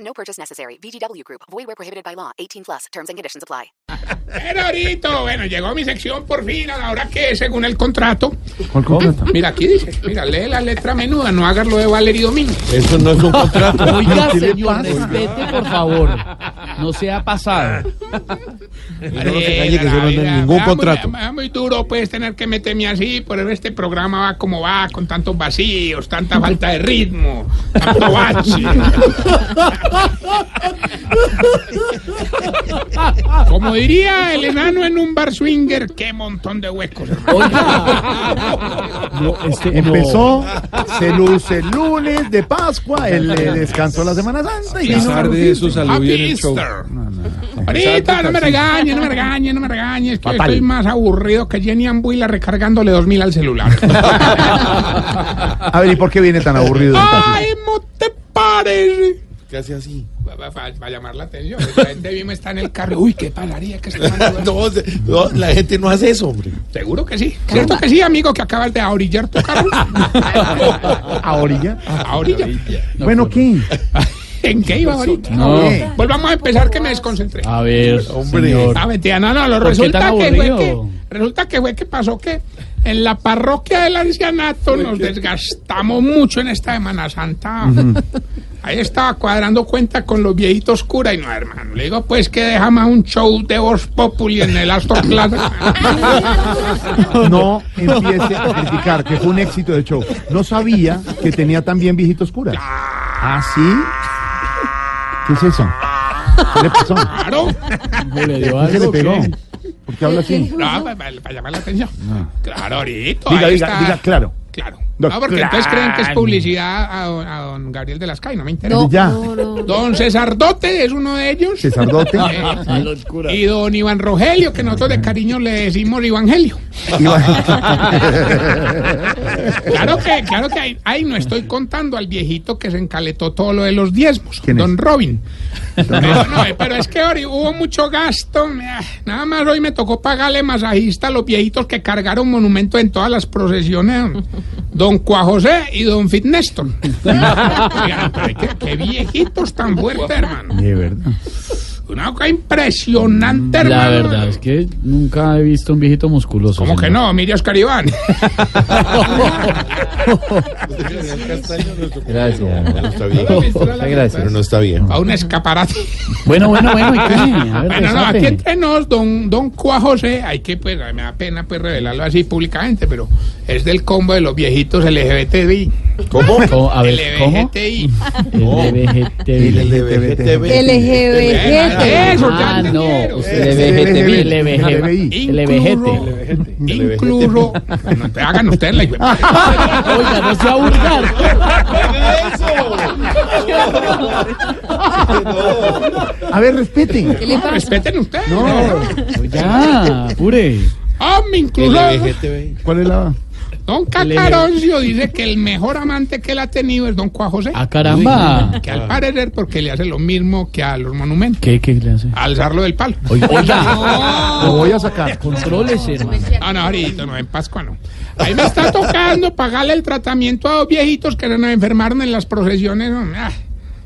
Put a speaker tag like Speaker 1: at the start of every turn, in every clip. Speaker 1: No purchase necessary. VGW Group. Void where prohibited by law. 18 plus. Terms and conditions apply.
Speaker 2: Pero ahorita, bueno, llegó mi sección por fin a la hora que, según el contrato. Oh,
Speaker 3: ¿Cuál contrato?
Speaker 2: Mira, aquí dice, mira, lee la letra menuda, no hagas lo de Valerio Domínguez.
Speaker 3: Eso no es un contrato.
Speaker 4: Oiga, señor, respete, por favor. No sea pasado.
Speaker 3: no se calle, que eso no es ningún contrato.
Speaker 2: Muy, muy duro, pues, tener que meterme así, por eso este programa va como va, con tantos vacíos, tanta falta de ritmo, tanto bache. Como diría el enano en un bar swinger, qué montón de huecos, hermano.
Speaker 3: No, este,
Speaker 5: Empezó, se luce el lunes de Pascua, el eh, descanso de la Semana Santa y
Speaker 3: No,
Speaker 5: vino
Speaker 3: pesar de eso salió
Speaker 2: Happy
Speaker 3: bien el show.
Speaker 2: Easter. Ahorita, no me regañes, no me regañes, no me regañes. Que estoy más aburrido que Jenny Ambuila recargándole 2000 al celular.
Speaker 5: A ver, ¿y por qué viene tan aburrido?
Speaker 2: ¡Ay, no te pares!
Speaker 3: ¿Qué hace así?
Speaker 2: Va, va- va- va a llamar la atención. La gente mismo está en el carro. Uy, qué palaría que este se van
Speaker 3: No, se- no, la gente no hace eso, hombre.
Speaker 2: Seguro que sí. ¿Cierto que sí, amigo, que acabas de ahorillar tu carro?
Speaker 5: ¿A orilla?
Speaker 2: Ahorilla.
Speaker 5: Bueno, ¿qué?
Speaker 2: pues ¿En qué iba ahorita?
Speaker 4: No.
Speaker 5: ¿Qué?
Speaker 2: Volvamos a empezar que me desconcentré.
Speaker 4: A ver, señor.
Speaker 2: Ah, mentira, no, no, lo
Speaker 4: ¿Por qué
Speaker 2: resulta
Speaker 4: tan
Speaker 2: que, fue
Speaker 4: aburrido?
Speaker 2: que resulta que fue que pasó que en la parroquia del ancianato nos desgastamos mucho en esta Semana Santa. Ahí estaba cuadrando cuenta con los viejitos cura y no, hermano. Le digo, pues que deja más un show de voz populi en el Astor Plaza.
Speaker 5: No empiece a criticar, que fue un éxito de show. No sabía que tenía también viejitos curas. ¿Ah, sí? ¿Qué es eso? ¿Qué le pasó?
Speaker 2: Claro.
Speaker 4: ¿Cómo le dio
Speaker 5: ¿Qué se le
Speaker 4: algo?
Speaker 5: pegó?
Speaker 4: ¿Qué?
Speaker 5: ¿Por qué habla así?
Speaker 2: No, pues, para, llamar la atención. Claro, ahorita.
Speaker 5: Diga,
Speaker 2: ahí
Speaker 5: diga,
Speaker 2: está.
Speaker 5: diga, claro.
Speaker 2: Claro.
Speaker 5: No,
Speaker 2: No, porque
Speaker 5: claro.
Speaker 2: entonces creen que es publicidad a don, a don Gabriel de las Cay, no me interesa.
Speaker 5: No, ya.
Speaker 2: Don Cesardote es uno de ellos.
Speaker 5: Cesardote.
Speaker 2: Eh, Y don Iván Rogelio, que nosotros de cariño le decimos Evangelio. Claro que, claro que ahí, ahí no estoy contando al viejito que se encaletó todo lo de los diezmos,
Speaker 5: ¿Quién es?
Speaker 2: don Robin. Pero, no, eh, pero es que ahora hubo mucho gasto. me- ah, Nada más hoy me tocó pagarle masajista a los viejitos que cargaron monumento en todas las procesiones. Don Juan José y Don Fitneston. Oigan, pero qué, qué viejitos tan fuertes, hermano.
Speaker 5: De verdad.
Speaker 2: Una cosa impresionante, hermano.
Speaker 4: La verdad es que nunca he visto un viejito musculoso.
Speaker 2: ¿Cómo que
Speaker 4: señor.
Speaker 2: no? Mire a Oscar Iván.
Speaker 4: Gracias.
Speaker 3: Pero no está bien.
Speaker 2: A un escaparate.
Speaker 4: Bueno, bueno, bueno, ¿y qué? A ver,
Speaker 2: Bueno, no,
Speaker 4: desate.
Speaker 2: aquí entre nos, don, don Cua José, hay que, pues, me da pena pues revelarlo así públicamente, pero es del combo de los viejitos LGBTI.
Speaker 3: ¿Cómo?
Speaker 4: ¿Cómo? A ver, ¿cómo?
Speaker 2: LGBTI.
Speaker 4: LBGTB.
Speaker 6: este,
Speaker 2: Eh, Eso, ya
Speaker 4: Ah, no.
Speaker 2: entendieron.
Speaker 4: LBGTB. LBGT.
Speaker 2: Incluso, incluso, bueno, te hagan ustedes la hijueputa.
Speaker 4: Oiga, no sea vulgar.
Speaker 5: A ver, respeten.
Speaker 2: No, respeten ustedes.
Speaker 4: Ya, pure.
Speaker 2: Hombre, incluso
Speaker 5: ¿Cuál es la...?
Speaker 2: don Cacaroncio dice que el mejor amante que él ha tenido es don Cua José,
Speaker 4: Ah, caramba.
Speaker 2: que al parecer porque le hace lo mismo que a los monumentos,
Speaker 4: ¿Qué, qué le hace?
Speaker 2: alzarlo del palo.
Speaker 4: Oiga, oiga.
Speaker 5: Lo voy a sacar.
Speaker 4: Controles, hermano.
Speaker 2: Ah, no, ahorita no, en Pascua no. Ahí me está tocando pagarle el tratamiento a dos viejitos que se nos enfermaron en las procesiones. no, ah.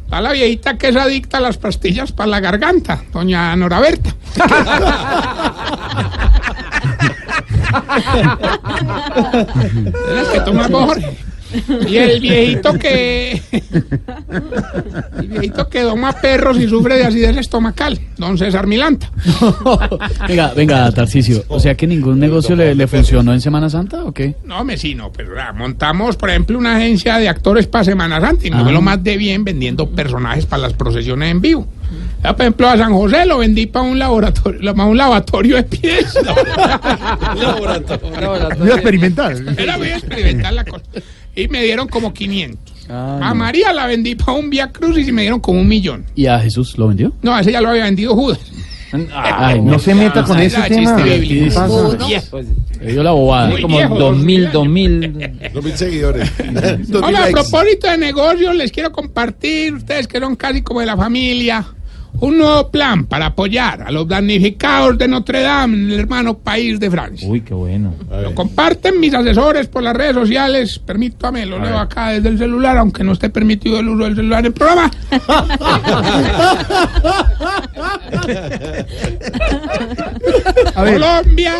Speaker 2: Está la viejita que es adicta a las pastillas para la garganta, doña Nora Berta. Tienes que tomar mejor. Y el viejito que. El viejito que doma perros y sufre de acidez estomacal, don César Milanta.
Speaker 4: Venga, venga, Tarcicio. O sea que ningún negocio le, le funcionó en Semana Santa o qué?
Speaker 2: No, me sí, no, pero ah, montamos, por ejemplo, una agencia de actores para Semana Santa y nos
Speaker 4: Ah.
Speaker 2: fue lo más de bien vendiendo personajes para las procesiones en vivo. Ya, por ejemplo, a San José lo vendí para un laboratorio, para un lavatorio de pies.
Speaker 5: Voy a experimentar.
Speaker 2: Era voy a experimentar la cosa. Y me dieron como 500. A María la vendí para un Via Crucis y me dieron como un millón.
Speaker 4: ¿Y a Jesús lo vendió?
Speaker 2: No, ese ya lo había vendido Judas. Ah,
Speaker 4: Ay,
Speaker 5: No se meta con ese
Speaker 2: Chiste
Speaker 5: tema.
Speaker 2: bíblico.
Speaker 5: ¿Qué pasa?
Speaker 7: Uno.
Speaker 4: le dio la bobada.
Speaker 2: Muy
Speaker 7: Como
Speaker 2: viejo,
Speaker 7: 2000,
Speaker 2: dos
Speaker 7: 2000.
Speaker 3: Los mil seguidores. Dos mil
Speaker 2: Hola, a
Speaker 3: likes.
Speaker 2: propósito de negocios, les quiero compartir, ustedes que son casi como de la familia, un nuevo plan para apoyar a los damnificados de Notre Dame en el hermano país de Francia.
Speaker 7: Uy, qué bueno.
Speaker 3: A ver.
Speaker 2: Lo comparten mis asesores por las redes sociales. Permítame, lo leo acá desde el celular, aunque no esté permitido el uso del celular en el programa.
Speaker 5: A ver,
Speaker 2: Colombia.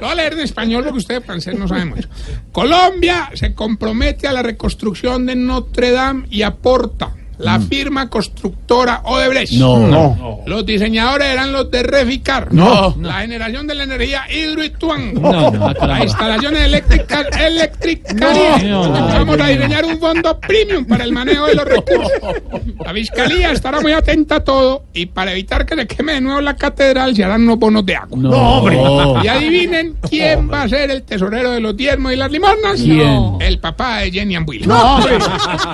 Speaker 2: Lo voy a leer en español porque usted francés no sabe mucho. Colombia se compromete a la reconstrucción de Notre Dame y aporta la firma constructora Odebrecht.
Speaker 4: No.
Speaker 5: no.
Speaker 2: Los diseñadores eran los de Reficar.
Speaker 4: No.
Speaker 2: La generación de la energía hidro y tuan.
Speaker 7: No, no,
Speaker 2: Las
Speaker 7: caramba.
Speaker 2: instalaciones eléctricas. eléctricas.
Speaker 7: No, no,
Speaker 2: Vamos a diseñar un fondo premium para el manejo de los recursos. La fiscalía estará muy atenta a todo y para evitar que se queme de nuevo la catedral se harán unos bonos de agua.
Speaker 4: No, hombre.
Speaker 2: Y adivinen quién va a ser el tesorero de los diezmos y las limosnas.
Speaker 4: ¿Quién?
Speaker 2: El papá de Jenny Ambuila.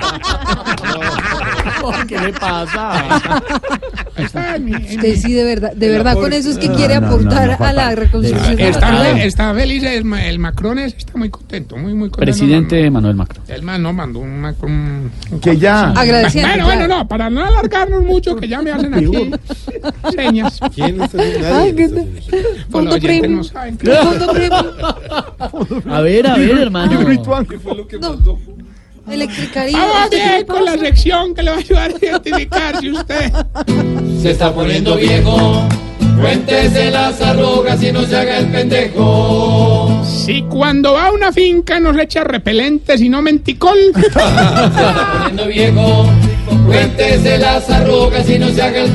Speaker 4: ¿Qué le pasa?
Speaker 2: Está en mi- en mi-
Speaker 6: Usted este, sí, de verdad,
Speaker 2: eh,
Speaker 6: de verdad con eso es que quiere
Speaker 5: no,
Speaker 6: aportar
Speaker 5: no, no,
Speaker 6: a la
Speaker 5: papá.
Speaker 6: reconstrucción. de
Speaker 2: Está,
Speaker 4: Ah.
Speaker 6: Notre
Speaker 2: fe-
Speaker 6: Dame.
Speaker 2: está feliz el, ma- el Macron, es- está muy contento, muy, muy contento.
Speaker 4: Presidente Manuel Macron.
Speaker 2: El man no mandó un Macron. un-
Speaker 5: Que ya.
Speaker 6: Agradeciendo.
Speaker 2: Bueno,
Speaker 6: claro.
Speaker 2: bueno, no, para no alargarnos mucho, que ya me hacen aquí señas.
Speaker 3: ¿Quién está haciendo? Nadie
Speaker 6: Ay, qué
Speaker 3: está haciendo eso.
Speaker 2: Pues los
Speaker 6: Fondo
Speaker 2: oyentes
Speaker 6: premium.
Speaker 2: no saben.
Speaker 6: Fondo premium.
Speaker 4: A ver, a ver, hermano.
Speaker 5: Pedro Ituán.
Speaker 6: No. Electricaría.
Speaker 2: Ah, Vamos
Speaker 6: ¿Usted qué le
Speaker 2: bien con la
Speaker 6: pasa?
Speaker 2: sección que le va a ayudar a identificarse usted.
Speaker 8: Se está poniendo viejo. Cuéntese las arrugas y no se haga el pendejo.
Speaker 2: Si cuando va a una finca no se echa repelente, sino menticol.
Speaker 8: Se está poniendo viejo. Cuéntese las arrugas y no se haga el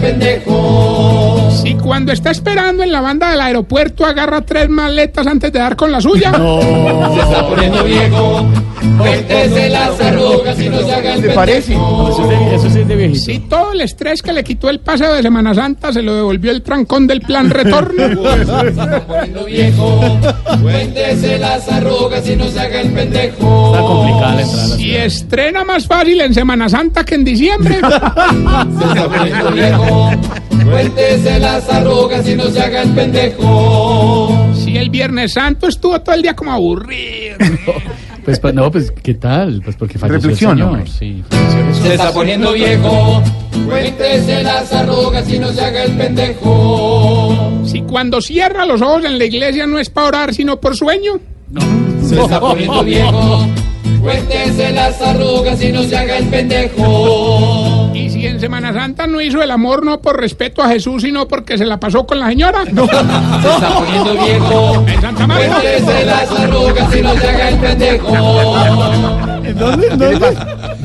Speaker 8: pendejo.
Speaker 2: Si cuando está esperando en la banda del aeropuerto agarra tres maletas antes de dar con la suya.
Speaker 8: Se está poniendo viejo. Cuéntese las arrugas y no se haga el
Speaker 5: ¿Te parece?
Speaker 4: Eso sí es de viejito.
Speaker 2: Si todo el estrés que le quitó el paseo de Semana Santa se lo devolvió el trancón del plan retorno.
Speaker 8: poniendo viejo. Cuéntese las arrugas y no se haga el pendejo.
Speaker 4: Está complicada la entrada.
Speaker 2: Y estrena más fácil en Semana Santa que en diciembre.
Speaker 8: Se está poniendo viejo. Cuéntese las arrugas y no se haga el pendejo.
Speaker 2: Si el Viernes Santo estuvo todo el día como aburrido.
Speaker 4: Pues, pues, no, pues, ¿qué tal? Pues porque
Speaker 5: Reflexión,
Speaker 4: falleció el señor.
Speaker 5: hombre.
Speaker 4: Sí, falleció
Speaker 8: Se está poniendo viejo. Cuéntese las arrugas y no se haga el pendejo.
Speaker 2: Si cuando cierra los ojos en la iglesia no es para orar, sino por sueño.
Speaker 8: Se está poniendo viejo. Cuéntese las arrugas y no se haga el pendejo.
Speaker 2: Y si en Semana Santa no hizo el amor, no por respeto a Jesús, sino porque se la pasó con la señora.
Speaker 8: Se está poniendo viejo.
Speaker 2: En Santa María.
Speaker 8: Cuéntese las arrugas y no se haga el pendejo.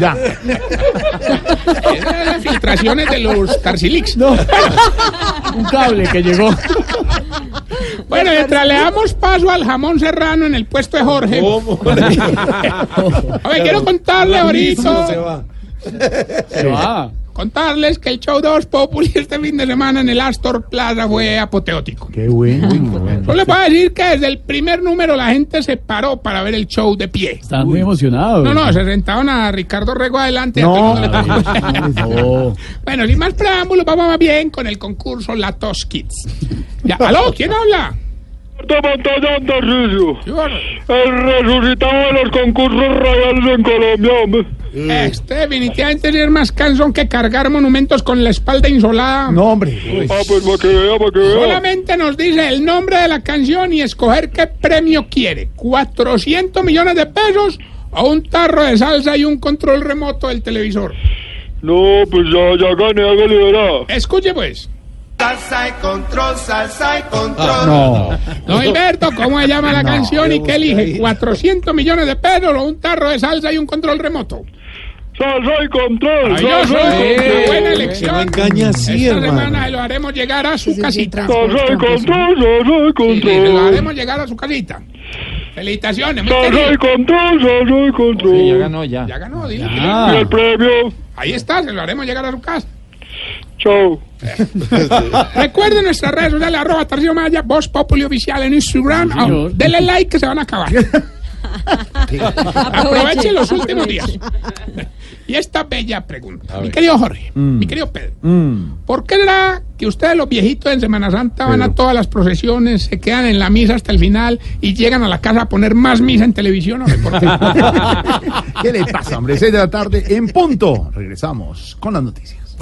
Speaker 5: Ya.
Speaker 2: Esas eran las filtraciones de los Tarsilix.
Speaker 4: Un cable que llegó.
Speaker 2: Bueno, mientras le damos paso al jamón serrano en el puesto de Jorge.
Speaker 3: ¿Cómo?
Speaker 2: A ver, quiero contarle
Speaker 3: Se
Speaker 2: ahorita.
Speaker 3: va.
Speaker 4: Se va.
Speaker 2: Contarles que el show de Voz Populi este fin de semana en el Astor Plaza fue apoteótico.
Speaker 5: Qué bueno.
Speaker 2: Yo les voy a decir que desde el primer número la gente se paró para ver el show de pie.
Speaker 4: Están muy emocionados.
Speaker 2: No, no, se sentaron a Ricardo Rego adelante. y a todo
Speaker 5: No.
Speaker 2: el mundo le-
Speaker 4: No.
Speaker 2: Bueno, sin más preámbulos, vamos más bien con el concurso La Tos Kids. Ya, ¿Aló? ¿Quién habla? Yo,
Speaker 8: El resucitado de los concursos royales en Colombia, hombre.
Speaker 2: Este definitivamente es más cansón que cargar monumentos con la espalda insolada.
Speaker 5: No, hombre.
Speaker 8: Ah, pues para que vea, para que vea.
Speaker 2: Solamente nos dice el nombre de la canción y escoger qué premio quiere. 400 millones de pesos o un tarro de salsa y un control remoto del televisor.
Speaker 8: No, pues ya, ya gané, hágale, verá.
Speaker 2: Escuche pues.
Speaker 9: Salsa y control, salsa y control.
Speaker 5: No.
Speaker 2: Don Alberto, ¿cómo se llama la canción y qué elige? 400 millones de pesos o un tarro de salsa y un control remoto.
Speaker 8: Salsa y control.
Speaker 2: Yo soy
Speaker 8: salsa
Speaker 2: una
Speaker 8: y control.
Speaker 2: buena
Speaker 3: No
Speaker 2: elección.
Speaker 3: engaña así,
Speaker 2: Esta semana
Speaker 3: hermano.
Speaker 2: lo haremos llegar a su
Speaker 6: sí,
Speaker 2: casita.
Speaker 6: sí,
Speaker 8: Salsa y control, salsa
Speaker 2: Sí,
Speaker 8: y
Speaker 2: se lo haremos
Speaker 8: control.
Speaker 2: llegar a su casita. Felicitaciones, muy
Speaker 8: Salsa y
Speaker 2: querido.
Speaker 8: control, salsa y
Speaker 7: Sí, ya
Speaker 8: control.
Speaker 7: ganó, ya. Ah.
Speaker 2: Ya ganó, dile.
Speaker 8: Y el premio,
Speaker 2: Ahí está, se lo haremos llegar a su casa.
Speaker 8: chao.
Speaker 2: Recuerden nuestras redes sociales, arroba Tarcillo Maya, Voz Populi Oficial en Instagram. Oh,
Speaker 4: señor.
Speaker 2: Ah, denle like que se van a acabar. Aproveche los últimos días. Y esta bella pregunta. Mi querido Jorge, mi querido Pedro, ¿por qué será que ustedes los viejitos en Semana Santa van a todas las procesiones, se quedan en la misa hasta el final y llegan a la casa a poner más misa en televisión? Hombre, ¿Por qué?
Speaker 5: ¿Qué le pasa, hombre? Seis de la tarde en punto. Regresamos con las noticias.